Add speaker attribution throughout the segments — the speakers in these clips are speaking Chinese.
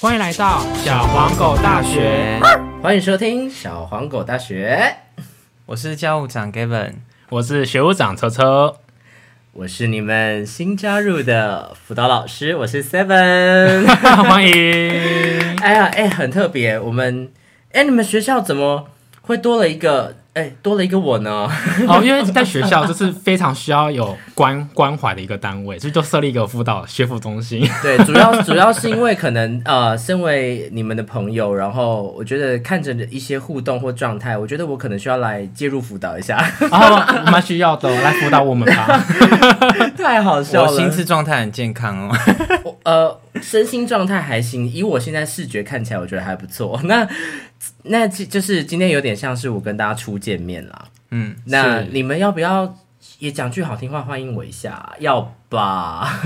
Speaker 1: 欢迎来到小黄狗大学，
Speaker 2: 欢迎收听小黄狗大学，
Speaker 3: 嗯我是教务长 Gavin，
Speaker 1: 我是学务长车 车，
Speaker 2: 我是你们新加入的辅导老师，我是 Seven。
Speaker 1: 欢迎。
Speaker 2: 哎呀，哎，很特别，我们哎，你们学校怎么会多了一个？哎，多了一个我 呢？
Speaker 1: 哦，因为在学校就是非常需要有关关怀的一个单位，所以就设立一个辅导学辅中心。
Speaker 2: 对，主要主要是因为可能呃，身为你们的朋友，然后我觉得看着一些互动或状态，我觉得我可能需要来介入辅导一下，
Speaker 1: 哦，蛮需要的哦，来辅导我们 吧。
Speaker 2: 太好笑
Speaker 3: 我
Speaker 2: 了。
Speaker 3: 心智状态很健 康哦。
Speaker 2: 我呃，身心状态还行，以我现在视觉看起来，我觉得还不错。 那那其就是今天有点像是我跟大家初见面啦。
Speaker 3: 嗯，
Speaker 2: 那
Speaker 1: 是
Speaker 2: 你们要不要也讲句好听话欢迎我一下？要吧，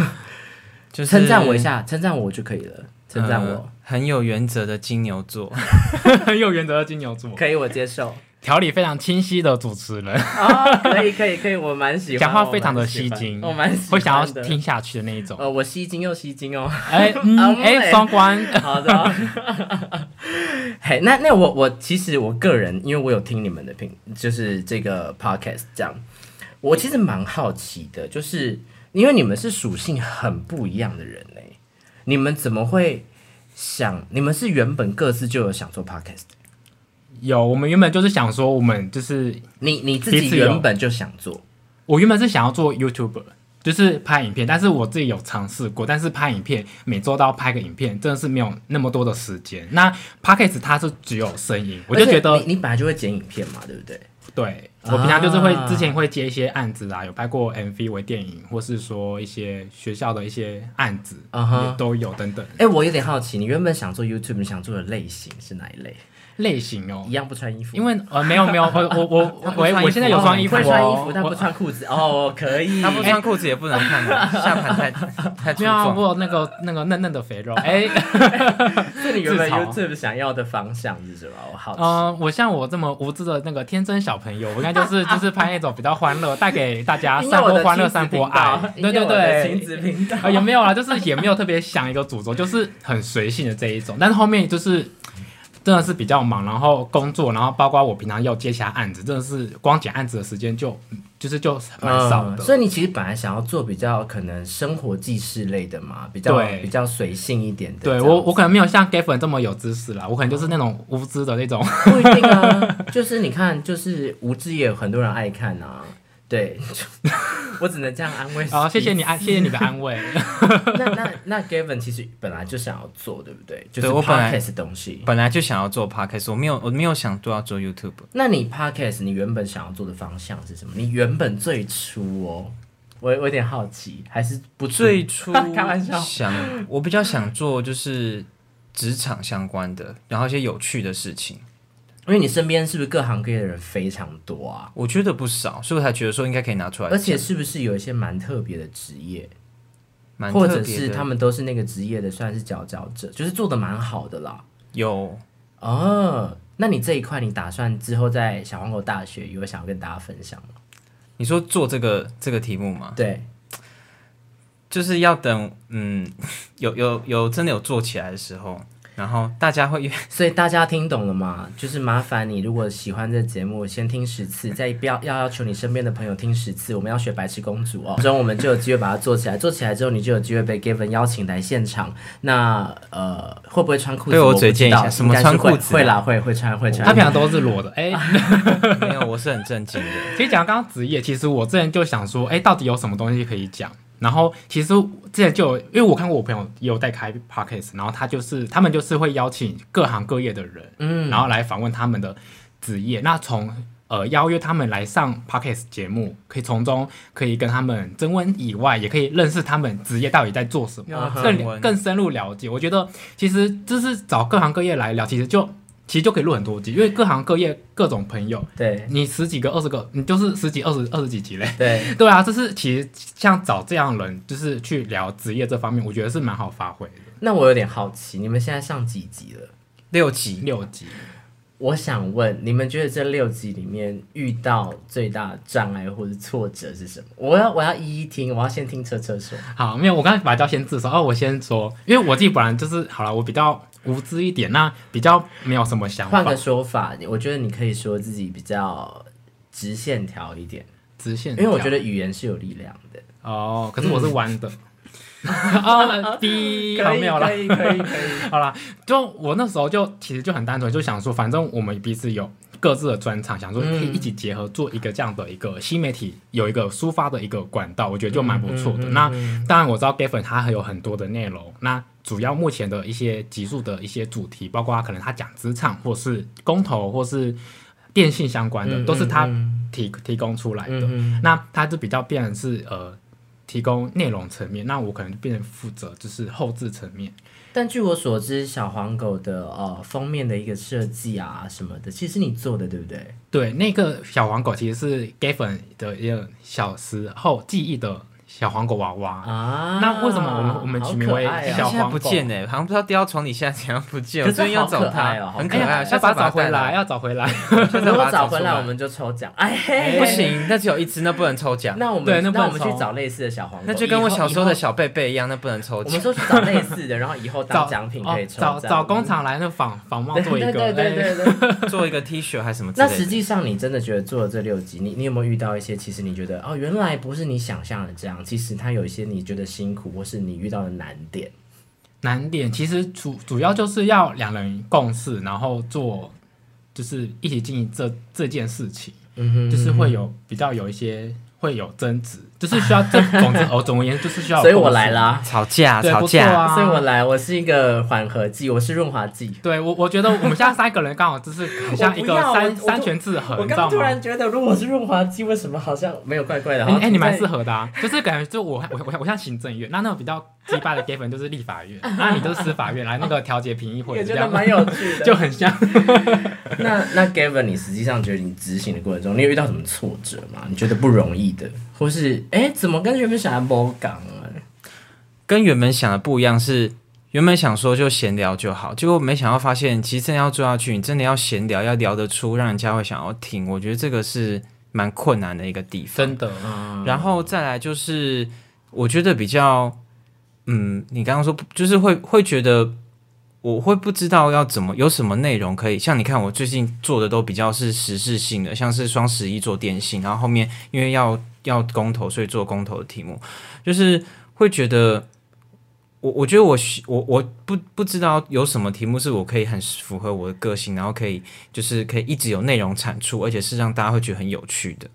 Speaker 3: 就是
Speaker 2: 称赞我一，下，称赞我就可以了，称赞我、
Speaker 1: 嗯
Speaker 3: 呃很有原则的金牛 座。
Speaker 1: 很有原则的金牛座，
Speaker 2: 可以，我 接受。
Speaker 1: 条理非常清晰的主持人，
Speaker 2: 啊，可以可以可以，我蛮喜欢。
Speaker 1: 讲话
Speaker 2: 我蛮
Speaker 1: 非常的
Speaker 2: 喜
Speaker 1: 吸
Speaker 2: 欢
Speaker 1: 睛
Speaker 2: 我蛮喜
Speaker 1: 会想要
Speaker 2: 欢的。
Speaker 1: 听下去的那一种。
Speaker 2: 呃，我吸睛又吸睛哦。
Speaker 1: 哎，嗯，哎，双关。
Speaker 2: 好的。嘿，那那我我其实我个人，因为我有听你们的评，就是这个 podcast 这样，我其实蛮好奇的，就是因为你们是属性很不一样的人嘞、你们怎么会想？你们是原本各自就有想做 podcast？
Speaker 1: 有，我们原本就是想说，我们就是
Speaker 2: 你你自
Speaker 1: 彼
Speaker 2: 己
Speaker 1: 此有
Speaker 2: 原本就想做，
Speaker 1: 我原本是想要做 YouTuber，就是拍影片，但是我自己有尝试过，但是拍影片每周都要拍个影片，真的是没有那么多的时间。那 Podcast 它是只有声音，我就觉
Speaker 2: 而且
Speaker 1: 得
Speaker 2: 你你本来就会剪影片嘛，对不对？
Speaker 1: 对
Speaker 2: 啊
Speaker 1: 我平常就是会之前会接一些案子啊，有拍过 MV 为电影，或是说一些学校的一些案子、
Speaker 2: 啊哈
Speaker 1: 也都有等等
Speaker 2: 哎、我有点好奇，你原本想做 YouTube，你想做的类型是哪一类？
Speaker 1: 类型哦
Speaker 2: 一。样不穿衣服
Speaker 1: 因
Speaker 2: 吗？
Speaker 1: 为呃没有没有我我我我我我现在有穿衣服、哦，
Speaker 2: 会穿衣服，但不穿裤子哦，可 以。
Speaker 3: 他不穿裤子也不能 看的，下盘太太粗
Speaker 1: 没有啊，
Speaker 3: 壮。
Speaker 1: 我有那个那个嫩嫩的肥 肉，哎、
Speaker 2: 是哦你原本
Speaker 1: 自嘲
Speaker 2: YouTube 想要的方向是什么？我好奇。
Speaker 1: 嗯、我像我这么无知的那个天真小朋友，我应该就是就是拍那种比较欢乐，带给大家
Speaker 2: 应该
Speaker 1: 散
Speaker 2: 我
Speaker 1: 播
Speaker 2: 的
Speaker 1: 欢乐、
Speaker 2: 亲
Speaker 1: 散
Speaker 2: 子
Speaker 1: 播
Speaker 2: 频道
Speaker 1: 爱。对对
Speaker 2: 应该我的亲
Speaker 1: 对，
Speaker 2: 子频道
Speaker 1: 啊、 也没有啦，就是也没有特别想一个主轴，就是很随性的这一种。但是后面就是真的是比较忙，然后工作，然后包括我平常要接其他案子，真的是光剪案子的时间就就是就蛮少
Speaker 2: 嗯
Speaker 1: 的。
Speaker 2: 所以你其实本来想要做比较可能生活记事类的嘛，比较
Speaker 1: 对
Speaker 2: 比较随性一点的这
Speaker 1: 对
Speaker 2: 样。
Speaker 1: 我，我可能没有像 Gavin 这么有知识啦，我可能就是那种无知的那种。
Speaker 2: 不一定啊，就是你看，就是无知也有很多人爱看啊。对， 我只能这样安慰。
Speaker 1: 啊、谢谢你安，谢谢你的安 慰。
Speaker 2: 那那那 Gavin 其实本来就想要做，对不对？就是
Speaker 3: 对我本来
Speaker 2: podcast 的东西。
Speaker 3: 本来就想要做 podcast，我没有我没有想过要做 YouTube。
Speaker 2: 那你 podcast 你原本想要做的方向是什么？你原本最初哦，我我有点好奇，还是不初
Speaker 3: 最初
Speaker 2: 开玩笑
Speaker 3: 嗯想我比较想做就是职场相关的，然后一些有趣的事情，
Speaker 2: 因为你身边是不是各行各业的人非常多啊？
Speaker 3: 我觉得不少，所以我才觉得说应该可以拿出来
Speaker 2: 而
Speaker 3: 讲，
Speaker 2: 且是不是有一些蛮特别的职业，
Speaker 3: 蛮
Speaker 2: 或
Speaker 3: 特
Speaker 2: 者
Speaker 3: 别
Speaker 2: 是
Speaker 3: 的。
Speaker 2: 他们都是那个职业的算是佼佼者，就是做的蛮好的啦。
Speaker 3: 有
Speaker 2: 哦，那你这一块你打算之后在小黄狗大学有想要跟大家分享吗？
Speaker 3: 你说做这个这个题目吗？
Speaker 2: 对，
Speaker 3: 就是要等，嗯， 有有有真的有做起来的时候，然后大家会越
Speaker 2: 所以大家听懂了吗？就是麻烦你，如果喜欢这节目，先听十次，再不要要要求你身边的朋友听十次。我们要学白痴公主哦，之后我们就有机会把它做起来。做起来之后，你就有机会被 Gavin 邀请来现场。那呃，会不会穿裤子？
Speaker 3: 对我
Speaker 2: 不
Speaker 3: 嘴
Speaker 2: 知
Speaker 3: 贱一
Speaker 2: 道
Speaker 3: 下什
Speaker 2: 应
Speaker 3: 么
Speaker 2: 该是
Speaker 3: 穿
Speaker 2: 会
Speaker 3: 裤子啊
Speaker 2: 会啦，会会穿会
Speaker 1: 他
Speaker 2: 穿
Speaker 1: 平。常都是裸的，哎、
Speaker 3: 没有，我是很震惊的。
Speaker 1: 其实讲到刚刚职业，其实我之前就想说，哎、到底有什么东西可以讲？然后其实之前就有，因为我看过我朋友也有在开 podcast，然后他就是他们就是会邀请各行各业的人，嗯，然后来访问他们的职业。那从呃邀约他们来上 podcast 节目，可以从中可以跟他们征温以外，也可以认识他们职业到底在做什么
Speaker 3: 要，征
Speaker 1: 更
Speaker 3: 文
Speaker 1: 更深入了解。我觉得其实就是找各行各业来聊，其实就其实就可以录很多集，因为各行各业各种朋友，
Speaker 2: 对
Speaker 1: 你十几个、二十个，你就是十几、二十、二十几集嘞。
Speaker 2: 对，
Speaker 1: 对啊，这是其实像找这样的人，就是去聊职业这方面，我觉得是蛮好发挥的。
Speaker 2: 那我有点好奇，你们现在上几集了？
Speaker 3: 六集，
Speaker 1: 六集，
Speaker 2: 我想问，你们觉得这六集里面遇到最大的障碍或者挫折是什么？我要我要一一听，我要先听车车说。
Speaker 1: 好，没有，我刚才把叫先自首哦，我先说，因为我自己本来就是好了，我比较无知一点，那比较没有什么想法
Speaker 2: 换，个说法，你我觉得你可以说自己比较直线条一点，
Speaker 1: 直线
Speaker 2: 因
Speaker 1: 条，
Speaker 2: 为我觉得语言是有力量的。
Speaker 1: 哦，可是我是弯 的，哦，第好没有啦
Speaker 2: 可，以可以可以。
Speaker 1: 好啦，就我那时候就其实就很单纯，就想说，反正我们彼此有各自的专长，想说可以一起结合做一个这样的一个新媒体，有一个抒发的一个管道，我觉得就蛮不错
Speaker 2: 嗯
Speaker 1: 的。那当然我知道 Gavin 他还有很多的内容，那主要目前的一些集数的一些主题，包括可能他讲职场，或是公投，或是电信相关的，
Speaker 2: 嗯
Speaker 1: 都是他
Speaker 2: 嗯
Speaker 1: 提提供出来的。那他就比较变成是呃。提供内容层面，那我可能就变成负责就是后置层面，
Speaker 2: 但据我所知，小黄狗的呃封面的一个设计啊什么的，其实你做的对不对？
Speaker 1: 对，那个小黄狗其实是 Gavin 的一个小时候记忆的小黄狗娃娃。
Speaker 2: 啊，
Speaker 1: 那为什么我们我们取名为
Speaker 2: 好可 爱
Speaker 1: 小
Speaker 2: 啊
Speaker 3: 它
Speaker 1: 黄
Speaker 3: 现
Speaker 1: 狗
Speaker 3: 在不见哎、好像不知道掉到床底下怎样不见，
Speaker 2: 可
Speaker 3: 我
Speaker 2: 是
Speaker 3: 最近要找
Speaker 2: 好可爱
Speaker 3: 它，
Speaker 2: 哦好
Speaker 3: 很
Speaker 2: 可
Speaker 3: 可
Speaker 2: 爱
Speaker 3: 爱，啊
Speaker 1: 哎要
Speaker 3: 下次
Speaker 1: 把它
Speaker 3: 把
Speaker 1: 找
Speaker 3: 它
Speaker 1: 回
Speaker 3: 带
Speaker 1: 来，，
Speaker 2: 啊
Speaker 1: 要找回来。
Speaker 3: 下次
Speaker 2: 如
Speaker 3: 把
Speaker 2: 果
Speaker 3: 它
Speaker 2: 找
Speaker 3: 出
Speaker 2: 回来，我们就抽奖。哎嘿，
Speaker 3: 不行，那只有一只，那不能抽奖，
Speaker 2: 那我们
Speaker 1: 对那不
Speaker 2: 那
Speaker 1: 能
Speaker 2: 我们去
Speaker 1: 抽
Speaker 2: 找类似的小黄狗，
Speaker 3: 那就跟我小时候的
Speaker 2: 以后，
Speaker 3: 小贝贝一样，那不能抽
Speaker 2: 以后我们
Speaker 3: 奖。
Speaker 2: 说去找类似的，然后以后
Speaker 1: 找
Speaker 2: 当奖品可
Speaker 1: 哦
Speaker 2: 以，抽，
Speaker 1: 找
Speaker 2: 这
Speaker 1: 找
Speaker 2: 样
Speaker 1: 工厂来那仿仿冒
Speaker 2: 对
Speaker 1: 做一个。
Speaker 2: 对对对
Speaker 1: 哎
Speaker 2: 对对对。
Speaker 3: 做一个 T 恤还是什么之类
Speaker 2: 那
Speaker 3: 的。
Speaker 2: 实际上，你真的觉得做了这六集，你你有没有遇到一些其实你觉得哦，原来不是你想象的这样，其实它有一些你觉得辛苦或是你遇到的难点。
Speaker 1: 难点其实主主要就是要两人共事，然后做就是一起经营这这件事情，
Speaker 2: 嗯哼
Speaker 1: 就是会有比较有一些会有争执，就是需要这总之哦，总而言之就是需要有
Speaker 2: 所
Speaker 1: 共
Speaker 2: 以
Speaker 1: 识。
Speaker 2: 我来啦，
Speaker 3: 吵架，
Speaker 1: 对，
Speaker 3: 吵
Speaker 1: 不错
Speaker 3: 架，
Speaker 1: 啊，
Speaker 2: 所以我来，我是一个缓和剂，我是润滑剂。
Speaker 1: 对我，我觉得我们现在三个人刚好就是很像一
Speaker 2: 我
Speaker 1: 个
Speaker 2: 不要我
Speaker 1: 三
Speaker 2: 我
Speaker 1: 三权制衡，啊
Speaker 2: 我
Speaker 1: 你知
Speaker 2: 刚
Speaker 1: 道
Speaker 2: 刚突
Speaker 1: 吗？
Speaker 2: 然觉得，如果是润滑剂，为什么好像没有怪怪的？
Speaker 1: 哎、
Speaker 2: 好像
Speaker 1: 哎你蛮
Speaker 2: 在
Speaker 1: 适合的啊，就是感觉就我我我我像行政院，那那种比较鸡巴的 gay 粉就是立法院，那你就是司法院来那个调解评议会，
Speaker 2: 也觉
Speaker 1: 这
Speaker 2: 得
Speaker 1: 样
Speaker 2: 蛮有趣 的。
Speaker 1: 就很像。
Speaker 2: 那那 Gavin，你实际上觉得你执行的过程中，你有遇到什么挫折吗？你觉得不容易的，或是哎、怎么跟原本想要不讲啊？
Speaker 3: 跟原本想的不一样是。原本想说就闲聊就好，结果没想到发现，其实真的要做下去，你真的要闲聊，要聊得出，让人家会想要听。我觉得这个是蛮困难的一个地方。
Speaker 1: 真的，
Speaker 2: 嗯
Speaker 3: 然后再来就是，我觉得比较，嗯，你刚刚说就是会会觉得，我会不知道要怎么有什么内容可以，像你看我最近做的都比较是时事性的，像是双十一做电信，然后后面因为要要公投，所以做公投的题目，就是会觉得。我我觉得我需我我不不知道有什么题目是我可以很符合我的个性，然后可以就是可以一直有内容产出，而且是让大家会觉得很有趣的。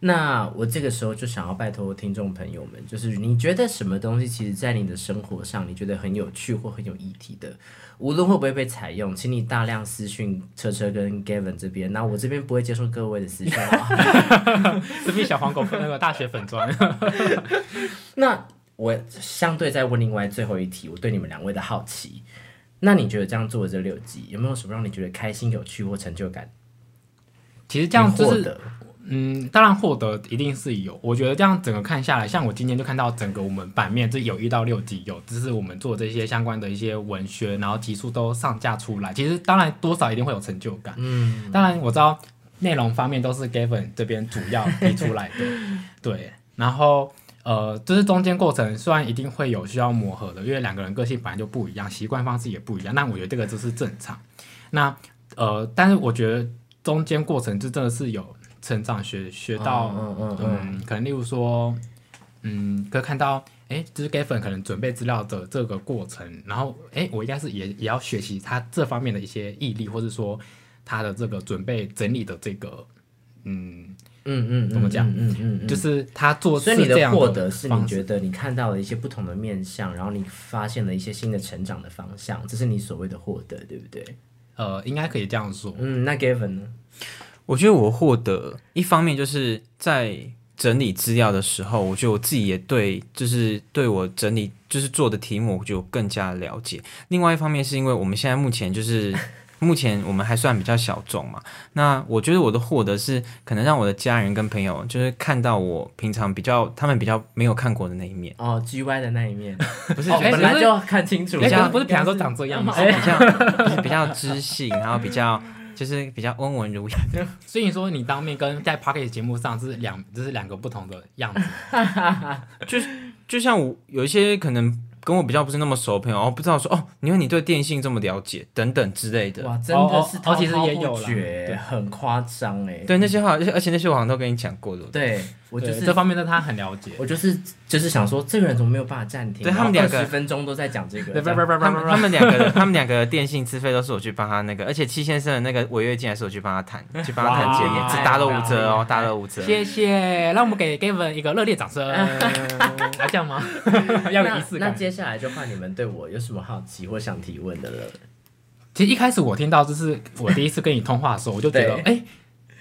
Speaker 2: 那我这个时候就想要拜托听众朋友们，就是你觉得什么东西，其实在你的生活上你觉得很有趣或很有议题的，无论会不会被采用，请你大量私讯车车跟 Gavin 这边。那我这边不会接受各位的私讯 啊。
Speaker 1: 这边小黄狗那个大学粉砖，
Speaker 2: 那我相对再问另外最后一题，我对你们两位的好奇。那你觉得这样做的这六集，有没有什么让你觉得开心、有趣或成就感？
Speaker 1: 其实这样就
Speaker 2: 你获
Speaker 1: 是
Speaker 2: 得
Speaker 1: 嗯，当然获得一定是有。我觉得这样整个看下来，像我今天就看到整个我们版面，这有一到六集有，就是我们做这些相关的一些文学，然后集数都上架出来。其实当然多少一定会有成就感，嗯，当然我知道内容方面都是 Gavin 这边主要提出来的，对，然后。呃，就是中间过程虽然一定会有需要磨合的，因为两个人个性本来就不一样，习惯方式也不一样，那我觉得这个就是正常。那呃，但是我觉得中间过程就真的是有成长学学到，
Speaker 2: 嗯嗯嗯
Speaker 1: 嗯，可能例如说，嗯，可以看到，哎、就是 g a v i n 可能准备资料的这个过程，然后，哎、我应该是也也要学习他这方面的一些毅力，或者说他的这个准备整理的这个，嗯，
Speaker 2: 嗯嗯，
Speaker 1: 怎么讲
Speaker 2: 嗯嗯嗯嗯
Speaker 1: 就是他做
Speaker 2: 所
Speaker 1: 事
Speaker 2: 以你
Speaker 1: 这
Speaker 2: 的
Speaker 1: 样
Speaker 2: 获
Speaker 1: 的
Speaker 2: 得是你
Speaker 1: 方式
Speaker 2: 觉得你看到了一些不同的面相，然后你发现了一些新的成长的方向，这是你所谓的获得，对不对？
Speaker 1: 呃，应该可以这样说，
Speaker 2: 嗯，那 Gavin 呢？
Speaker 3: 我觉得我获得一方面就是在整理资料的时候，我觉得我自己也对，就是对我整理就是做的题目，我就更加了解。另外一方面是因为我们现在目前就是 目前我们还算比较小众嘛，那我觉得我的获得是可能让我的家人跟朋友就是看到我平常比较他们比较没有看过的那一面，
Speaker 2: 哦，GY 的那 一面，
Speaker 3: 不是
Speaker 1: 哦
Speaker 3: 觉
Speaker 1: 哎
Speaker 3: 得
Speaker 2: 本来就看清楚，
Speaker 1: 哎、
Speaker 3: 较
Speaker 1: 不是不是平常都长这样吗？
Speaker 3: 比较比较知性，然后比较就是比较温文儒雅。
Speaker 1: 所以你说你当面跟在 p o c k e t 节目上是两，这是两个不同的样子。
Speaker 3: 就像我有一些可能跟我比较不是那么熟的朋友，哦，不知道说哦，因为你对电信这么了解等等之类的。
Speaker 2: 哇，真的是
Speaker 1: 哦
Speaker 2: 滔
Speaker 1: 哦
Speaker 2: 滔
Speaker 1: 其实也有
Speaker 2: 不
Speaker 1: 啦
Speaker 2: 绝，
Speaker 1: 对
Speaker 2: 很夸张哎。
Speaker 3: 对那些话，而且而且那些我好像都跟你讲过的。
Speaker 2: 对，我就
Speaker 1: 对
Speaker 2: 是
Speaker 1: 这方面，对他很了解。
Speaker 2: 我就是就是想说，这个人怎么没有办法暂停？
Speaker 3: 对他们两个
Speaker 2: 十分钟都在讲这个，
Speaker 1: 对，
Speaker 2: 这
Speaker 1: 不
Speaker 2: 样
Speaker 1: 不不
Speaker 3: 他
Speaker 1: 不
Speaker 3: 们他们两个的，他们两个的电信资费都是我去帮他那个，而且戚先生的那个违约金还是我去帮他谈，去帮他谈结
Speaker 1: 哇
Speaker 3: 业，只打了五折哦，打了五折。
Speaker 1: 谢谢，让我们给 Gavin 一个热烈掌 声，要这样吗？要有仪式
Speaker 2: 那那
Speaker 1: 感。
Speaker 2: 接下来就换你们对我有什么好奇或想提问的了。
Speaker 1: 其实一开始我听到就是我第一次跟你通话的时候，我就觉得，哎、
Speaker 2: 对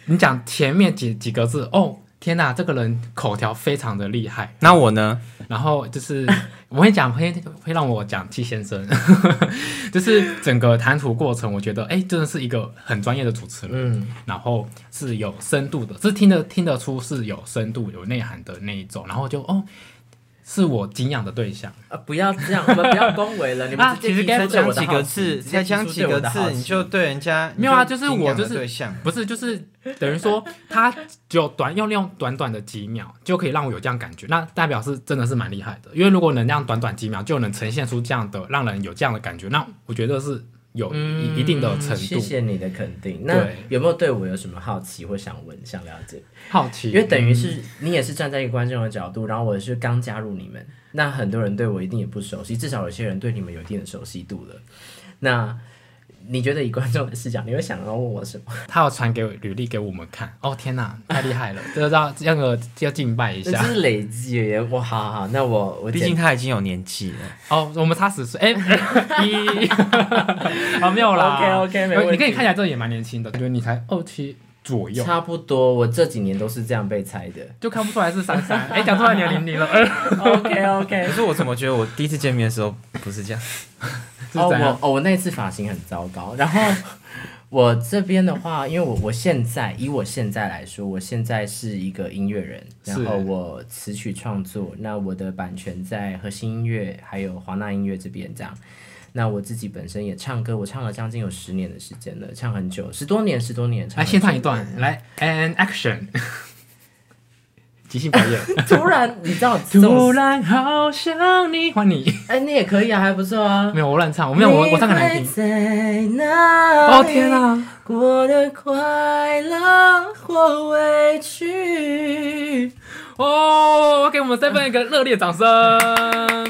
Speaker 1: 你讲前面几几个字，哦，天哪，这个人口条非常的厉害。
Speaker 3: 那我呢？
Speaker 1: 然后 就是我跟你讲，会会让我讲季先生， 就是整个谈吐过程，我觉得，哎、真的是一个很专业的主持人，
Speaker 2: 嗯，
Speaker 1: 然后是有深度的，是听得听得出是有深度、有内涵的那一种，然后就哦。是我敬仰的对象，
Speaker 2: 啊，不要这样，我们不要恭维 了，你们
Speaker 1: 啊
Speaker 2: 直接
Speaker 1: 其实该
Speaker 2: 提出
Speaker 3: 才
Speaker 2: 对
Speaker 3: 讲
Speaker 2: 我的
Speaker 3: 几
Speaker 2: 好
Speaker 3: 个
Speaker 2: 奇
Speaker 3: 字，
Speaker 2: 直接
Speaker 3: 才
Speaker 2: 提
Speaker 3: 讲
Speaker 2: 出
Speaker 3: 几
Speaker 2: 对我
Speaker 3: 个
Speaker 2: 的好
Speaker 3: 字，你
Speaker 2: 奇
Speaker 3: 就对人家
Speaker 1: 没有啊
Speaker 3: 你
Speaker 1: 就是我
Speaker 3: 敬仰的
Speaker 1: 就是
Speaker 3: 对象。
Speaker 1: 不是就是等于说他只有短用用短短的几秒就可以让我有这样感觉，那代表是真的是蛮厉害的，因为如果能这样短短几秒就能呈现出这样的让人有这样的感觉，那我觉得是有一一定的程度。
Speaker 2: 嗯谢谢你的肯定。那
Speaker 1: 对
Speaker 2: 有没有对我有什么好奇或想问、想了解？
Speaker 1: 好奇，嗯
Speaker 2: 因为等于
Speaker 3: 嗯
Speaker 2: 是你也是站在一个观众的角度，然后我是刚加入你们，那很多人对我一定也不熟悉，至少有些人对你们有一定的熟悉度了。那你觉得以观众的视角，你会想要问我什 么？
Speaker 1: 他有传给我履历给我们看，哦天哪，太厉害了，这个要这个要敬拜一
Speaker 2: 这
Speaker 1: 下
Speaker 2: 是累积耶！我好好好，那我我
Speaker 3: 毕
Speaker 2: 简
Speaker 3: 竟他已经有年纪 了，
Speaker 1: 哦。我们差十岁，哎、 一，好、没有啦
Speaker 2: OK，OK，没问题
Speaker 1: 你可以看起来这也蛮年轻的，感觉你才二七左右，
Speaker 2: 差不多，我这几年都是这样被猜 的。
Speaker 1: 就看不出来是三 三，哎，讲出来年龄你了，呃
Speaker 2: OK OK
Speaker 3: 可是我怎么觉得我第一次见面的时候不是这 样？
Speaker 1: 是
Speaker 2: 哦，
Speaker 1: 这样
Speaker 2: 我。哦，我那一次发型很糟糕。然后我这边的话，因为我我现在以我现在来说，我现在是一个音乐人，然
Speaker 1: 是
Speaker 2: 后我词曲创作，那我的版权在核心音乐还有华纳音乐这边这样。那我自己本身也唱歌，我唱了将近有十年的时间了，唱很久，十多年，十多年。唱
Speaker 1: 来
Speaker 2: 很久
Speaker 1: 先唱一段，来，and action，即兴表演。
Speaker 2: 突然，你知道，这
Speaker 1: 突
Speaker 2: 种
Speaker 1: 然好想你，换你。
Speaker 2: 哎，你也可以啊，还不错啊。
Speaker 1: 没有，我乱唱，我没有，我我唱很难
Speaker 2: 你
Speaker 1: 听
Speaker 2: 会。在哪
Speaker 1: 哦
Speaker 2: 里
Speaker 1: 天啊！
Speaker 2: 过得快乐或委屈。
Speaker 1: 哦，我给我们 seven 一个热烈掌声。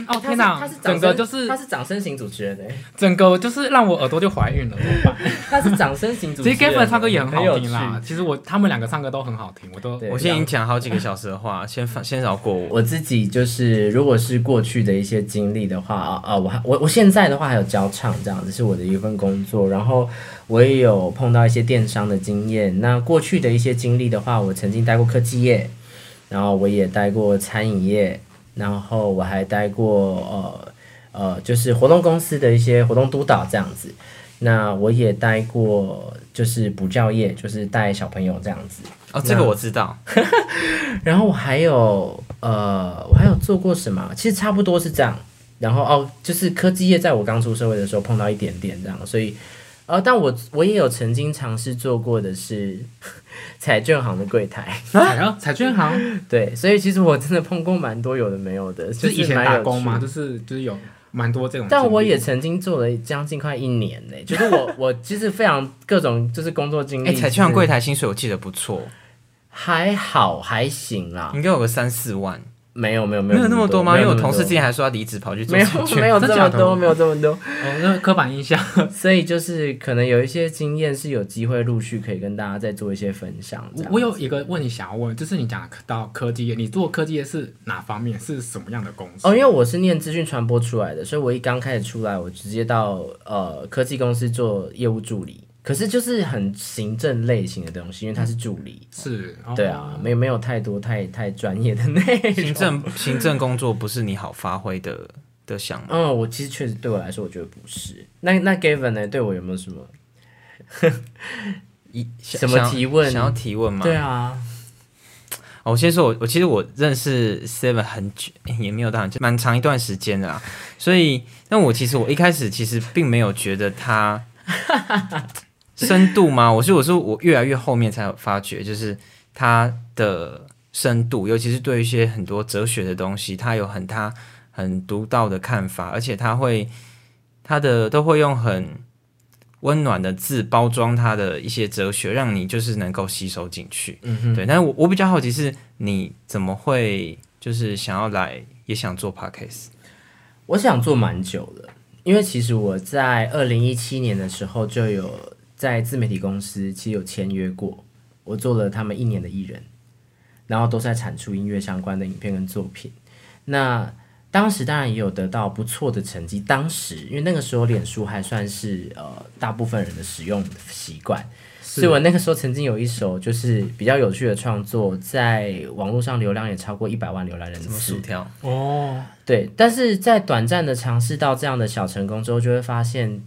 Speaker 1: 哦天
Speaker 2: 他
Speaker 1: 哪
Speaker 2: 是他，是掌
Speaker 1: 整个
Speaker 2: 声
Speaker 1: 就是
Speaker 2: 他是掌声型主持人哎，
Speaker 1: 整个就是让我耳朵就怀孕了，怎么办？
Speaker 2: 他是掌声型主持
Speaker 1: 其
Speaker 2: 人。
Speaker 1: 实 Gavin 唱歌也很好
Speaker 2: 有
Speaker 1: 听啦，
Speaker 2: 趣。
Speaker 1: 其实我他们两个唱歌都很好听，我都
Speaker 2: 对
Speaker 3: 我现在已经讲好几个小时的话，先放先饶过我。
Speaker 2: 我自己就是，如果是过去的一些经历的话，啊、啊，我还我我现在的话还有教唱这样子，是我的一份工作。然后我也有碰到一些电商的经验。那过去的一些经历的话，我曾经待过科技业，然后我也待过餐饮业，然后我还待过呃呃，就是活动公司的一些活动督导这样子。那我也待过就是补教业，就是带小朋友这样子。
Speaker 3: 哦，这个我知道，
Speaker 2: 然后我还有呃，我还有做过什么啊？其实差不多是这样。然后哦，就是科技业，在我刚出社会的时候碰到一点点这样，所以呃，但我我也有曾经尝试做过的是 彩券行的柜台，
Speaker 1: 彩啊彩券行
Speaker 2: 对，所以其实我真的碰过蛮多有的没有的，
Speaker 1: 就
Speaker 2: 就是
Speaker 1: 以前
Speaker 2: 蛮有
Speaker 1: 打工嘛，
Speaker 2: 趣的
Speaker 1: 就是就是有蛮多这种经历。
Speaker 2: 但我也曾经做了将近快一年 呢、就是我我其实非常各种就是工作经历，
Speaker 3: 哎，彩券行柜
Speaker 2: 台
Speaker 3: 台薪水我记得不错，
Speaker 2: 还好还行啦，
Speaker 3: 应该有个三四万，
Speaker 2: 没有嗯没有没
Speaker 3: 没
Speaker 2: 有
Speaker 3: 有那么多吗？因为我
Speaker 2: 那么
Speaker 3: 同事
Speaker 2: 多
Speaker 3: 之前还说他离职跑去做
Speaker 2: 没
Speaker 3: 彩
Speaker 2: 有
Speaker 3: 券
Speaker 2: 没有
Speaker 1: 真
Speaker 2: 这
Speaker 1: 假
Speaker 2: 么
Speaker 1: 的
Speaker 2: 多，没有这么多。
Speaker 1: 哦，那刻板印象
Speaker 2: 所以就是可能有一些经验是有机会陆续可以跟大家再做一些分享。 这
Speaker 1: 我
Speaker 2: 样
Speaker 1: 我有一个问题想要问，就是你讲到科技业，你做科技业是哪方面？是什么样的公司？
Speaker 2: 哦，因为我是念资讯传播出来的，所以我一刚开始出来，我直接到呃科技公司做业务助理，可是就是很行政类型的东西，因为它是助理。
Speaker 1: 是，哦
Speaker 2: 对，啊，没有没有太多太太专业的内容。
Speaker 3: 行政行政工作不是你好发挥的的项目。
Speaker 2: 嗯，我其实确实对我来说，我觉得不是。那那 Gavin 呢？对我有没有什么？
Speaker 3: 一想
Speaker 2: 什么
Speaker 3: 想
Speaker 2: 提问
Speaker 3: 想要提问吗？
Speaker 2: 对啊，
Speaker 3: 哦，我先说我，我其实我认识 Seven 很久，也没有到很久，蛮长一段时间的啦。所以，但我其实我一开始其实并没有觉得他深度吗？我是我是我越来越后面才有发觉，就是它的深度，尤其是对一些很多哲学的东西，它有很它很独到的看法，而且它会它的都会用很温暖的字包装它的一些哲学，让你就是能够吸收进去。
Speaker 2: 嗯哼，
Speaker 3: 对，但是我我比较好奇是，你怎么会就是想要来也想做 podcast？
Speaker 2: 我想做蛮久了，因为其实我在二零一七年的时候就有在自媒体公司，其实有签约过，我做了他们一年的艺人，然后都是在产出音乐相关的影片跟作品。那当时当然也有得到不错的成绩，当时因为那个时候脸书还算是呃大部分人的使用习惯，所以我那个时候曾经有一首就是比较有趣的创作，在网络上流量也超过一百万浏览人次。
Speaker 3: 条？
Speaker 1: 哦，
Speaker 2: 对，但是在短暂的尝试到这样的小成功之后，就会发现，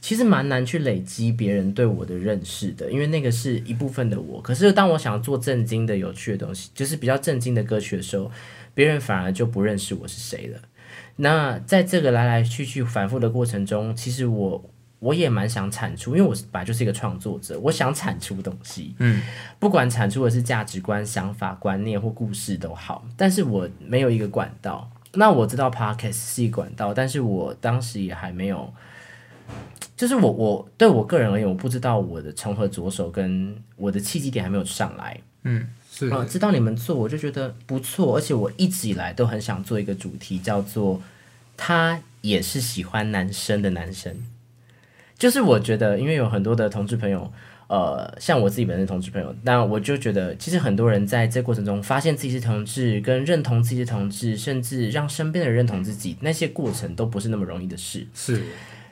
Speaker 2: 其实蛮难去累积别人对我的认识的，因为那个是一部分的我。可是当我想做正经的、有趣的东西，就是比较正经的歌曲的时候，别人反而就不认识我是谁了。那在这个来来去去反复的过程中，其实我我也蛮想产出，因为我本来就是一个创作者，我想产出东西，嗯，不管产出的是价值观、想法、观念或故事都好，但是我没有一个管道。那我知道 podcast 是一个管道，但是我当时也还没有，就是我我对我个人而言，我不知道我的从何着手，跟我的契机点还没有上来，
Speaker 1: 嗯是
Speaker 2: 呃，知道你们做，我就觉得不错，而且我一直以来都很想做一个主题，叫做“他也是喜欢男生的男生”。就是我觉得，因为有很多的同志朋友，呃，像我自己本身同志朋友，那我就觉得，其实很多人在这过程中发现自己是同志，跟认同自己是同志，甚至让身边的人认同自己，那些过程都不是那么容易的事。
Speaker 1: 是，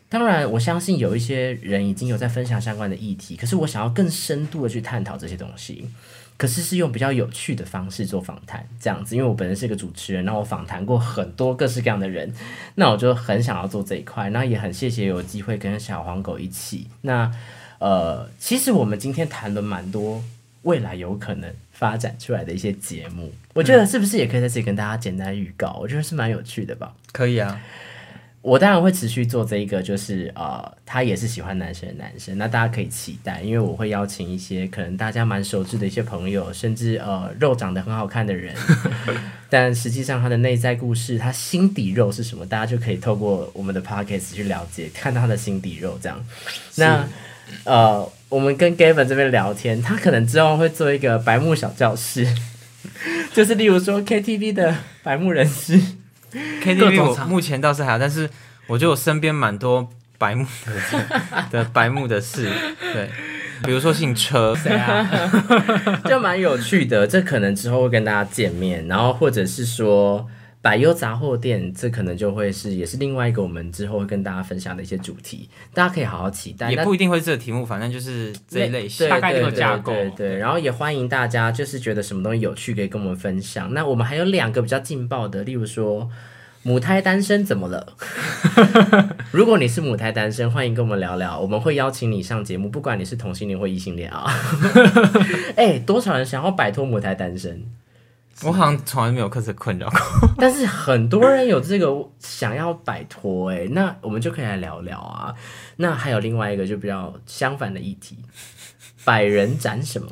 Speaker 2: 当然，我相信有一些人已经有在分享相关的议题，可是我想要更深度的去探讨这些东西，可是是用比较有趣的方式做访谈，这样子，因为我本身是个主持人，然后我访谈过很多各式各样的人，那我就很想要做这一块，那也很谢谢有机会跟小黄狗一起。那呃，其实我们今天谈了蛮多未来有可能发展出来的一些节目，我觉得是不是也可以在这里跟大家简单预告？我觉得是蛮有趣的吧。
Speaker 3: 可以 啊，
Speaker 2: 我当然会持续做这一个，就是呃，他也是喜欢男生的男生，那大家可以期待，因为我会邀请一些可能大家蛮熟知的一些朋友，甚至呃肉长得很好看的人， 但实际上他的内在故事，他心底肉是什么，大家就可以透过我们的 podcast 去了解，看到他的心底肉这样。那呃，我们跟 Gavin 这边聊天，他可能之后会做一个白目小教室， 就是例如说 KTV 的白目人士。
Speaker 1: 各
Speaker 3: KTV
Speaker 1: 种
Speaker 3: 我
Speaker 1: 场
Speaker 3: 目前倒是还好，但是我觉得我身边蛮多白目的的白目的事，对，比如说姓车，
Speaker 1: 对啊，
Speaker 2: 就蛮有趣的。这可能之后会跟大家见面，然后或者是说百优杂货店，这可能就会是也是另外一个我们之后会跟大家分享的一些主题，大家可以好好期待。
Speaker 3: 也
Speaker 2: 那
Speaker 3: 不一定会是这个题目，反正就是这一类型
Speaker 2: 对。
Speaker 1: 大概这个
Speaker 2: 对
Speaker 1: 架构
Speaker 2: 对对对然后也欢迎大家，就是觉得什么东西有趣可以跟我们分享。那我们还有两个比较劲爆的，例如说母胎单身怎么 了？如果你是母胎单身，欢迎跟我们聊聊，我们会邀请你上节目，不管你是同性恋或异性恋啊。 哎、多少人想要摆脱母胎单身？
Speaker 3: 我好像从来没有克这困扰过。
Speaker 2: 但是很多人有这个想要摆脱，哎，那我们就可以来聊聊啊。那还有另外一个就比较相反的议题，百人斩什么？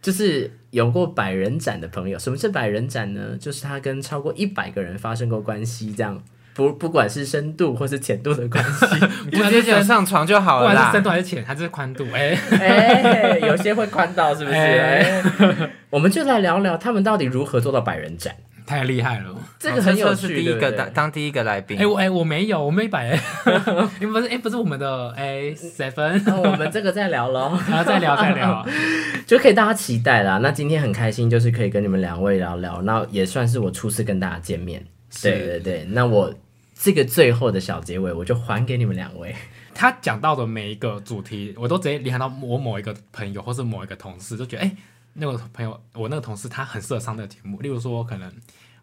Speaker 2: 就是有过百人斩的朋友，什么是百人斩呢？就是他跟超过一百个人发生过关系，这样不不管是深度或是浅度的关系，
Speaker 3: 你直接讲上床就
Speaker 1: 不
Speaker 3: 好了
Speaker 1: 管是
Speaker 3: 啦
Speaker 1: 深。度还是浅，还是宽度，哎、
Speaker 2: 哎、有些会宽到是不是？
Speaker 1: 哎
Speaker 2: 哎我们就来聊聊他们到底如何做到百人斩，
Speaker 1: 太厉害了。
Speaker 2: 这个很有
Speaker 3: 哦
Speaker 2: 趣，
Speaker 3: 车车是第一
Speaker 2: 对
Speaker 3: 个
Speaker 2: 不对
Speaker 3: 当当第一个来
Speaker 2: 嗯
Speaker 3: 宾
Speaker 1: 哎、。我哎、我没有，我没摆、 哎哎不是哎、不是我们的哎 seven，
Speaker 2: 那我们这个再聊喽。
Speaker 1: 然后再聊再聊，
Speaker 2: 就可以大家期待啦。那今天很开心，就是可以跟你们两位聊聊，那也算是我初次跟大家见面。对对对，那我这个最后的小结尾，我就还给你们两位。
Speaker 1: 他讲到的每一个主题，我都直接联想到我某一个朋友或是某一个同事，就觉得哎、那个朋友，我那个同事他很适合上这个节目。例如说，可能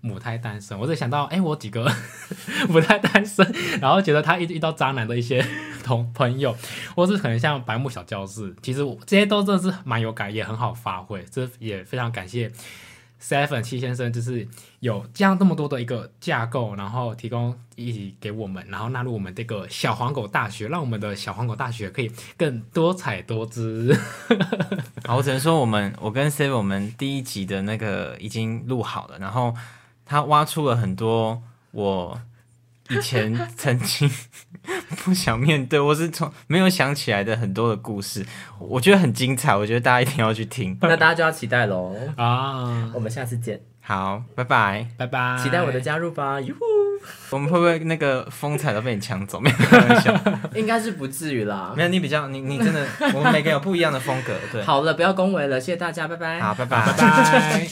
Speaker 1: 母胎单身，我只想到哎、我几个 母胎单身，然后觉得他一遇到渣男的一些同朋友，或是可能像白木小教室，其实我这些都真的是蛮有感，也很好发挥，这也非常感谢。 Seven 七先生就是有这样这么多的一个架构，然后提供一起给我们，然后纳入我们这个小黄狗大学，让我们的小黄狗大学可以更多彩多姿。
Speaker 3: 好，我只能说我们我跟 Seven 我们第一集的那个已经录好了，然后他挖出了很多我以前曾经 不想面对，我是从没有想起来的很多的故事，我觉得很精彩，我觉得大家一定要去听。
Speaker 2: 那大家就要期待喽。
Speaker 1: 啊，
Speaker 2: 我们下次见，
Speaker 3: 好，拜拜。
Speaker 1: 拜拜！
Speaker 2: 期待我 的加入吧。哟呼，
Speaker 3: 我们会不会那个风采都被你抢走？没有开玩笑，
Speaker 2: 应该是不至于啦
Speaker 3: 没。有，你比较你你真的，我们每个有不一样的风格，对。
Speaker 2: 好了，不要恭维了，谢谢大家，拜拜。
Speaker 3: 好，拜拜，
Speaker 1: 拜拜。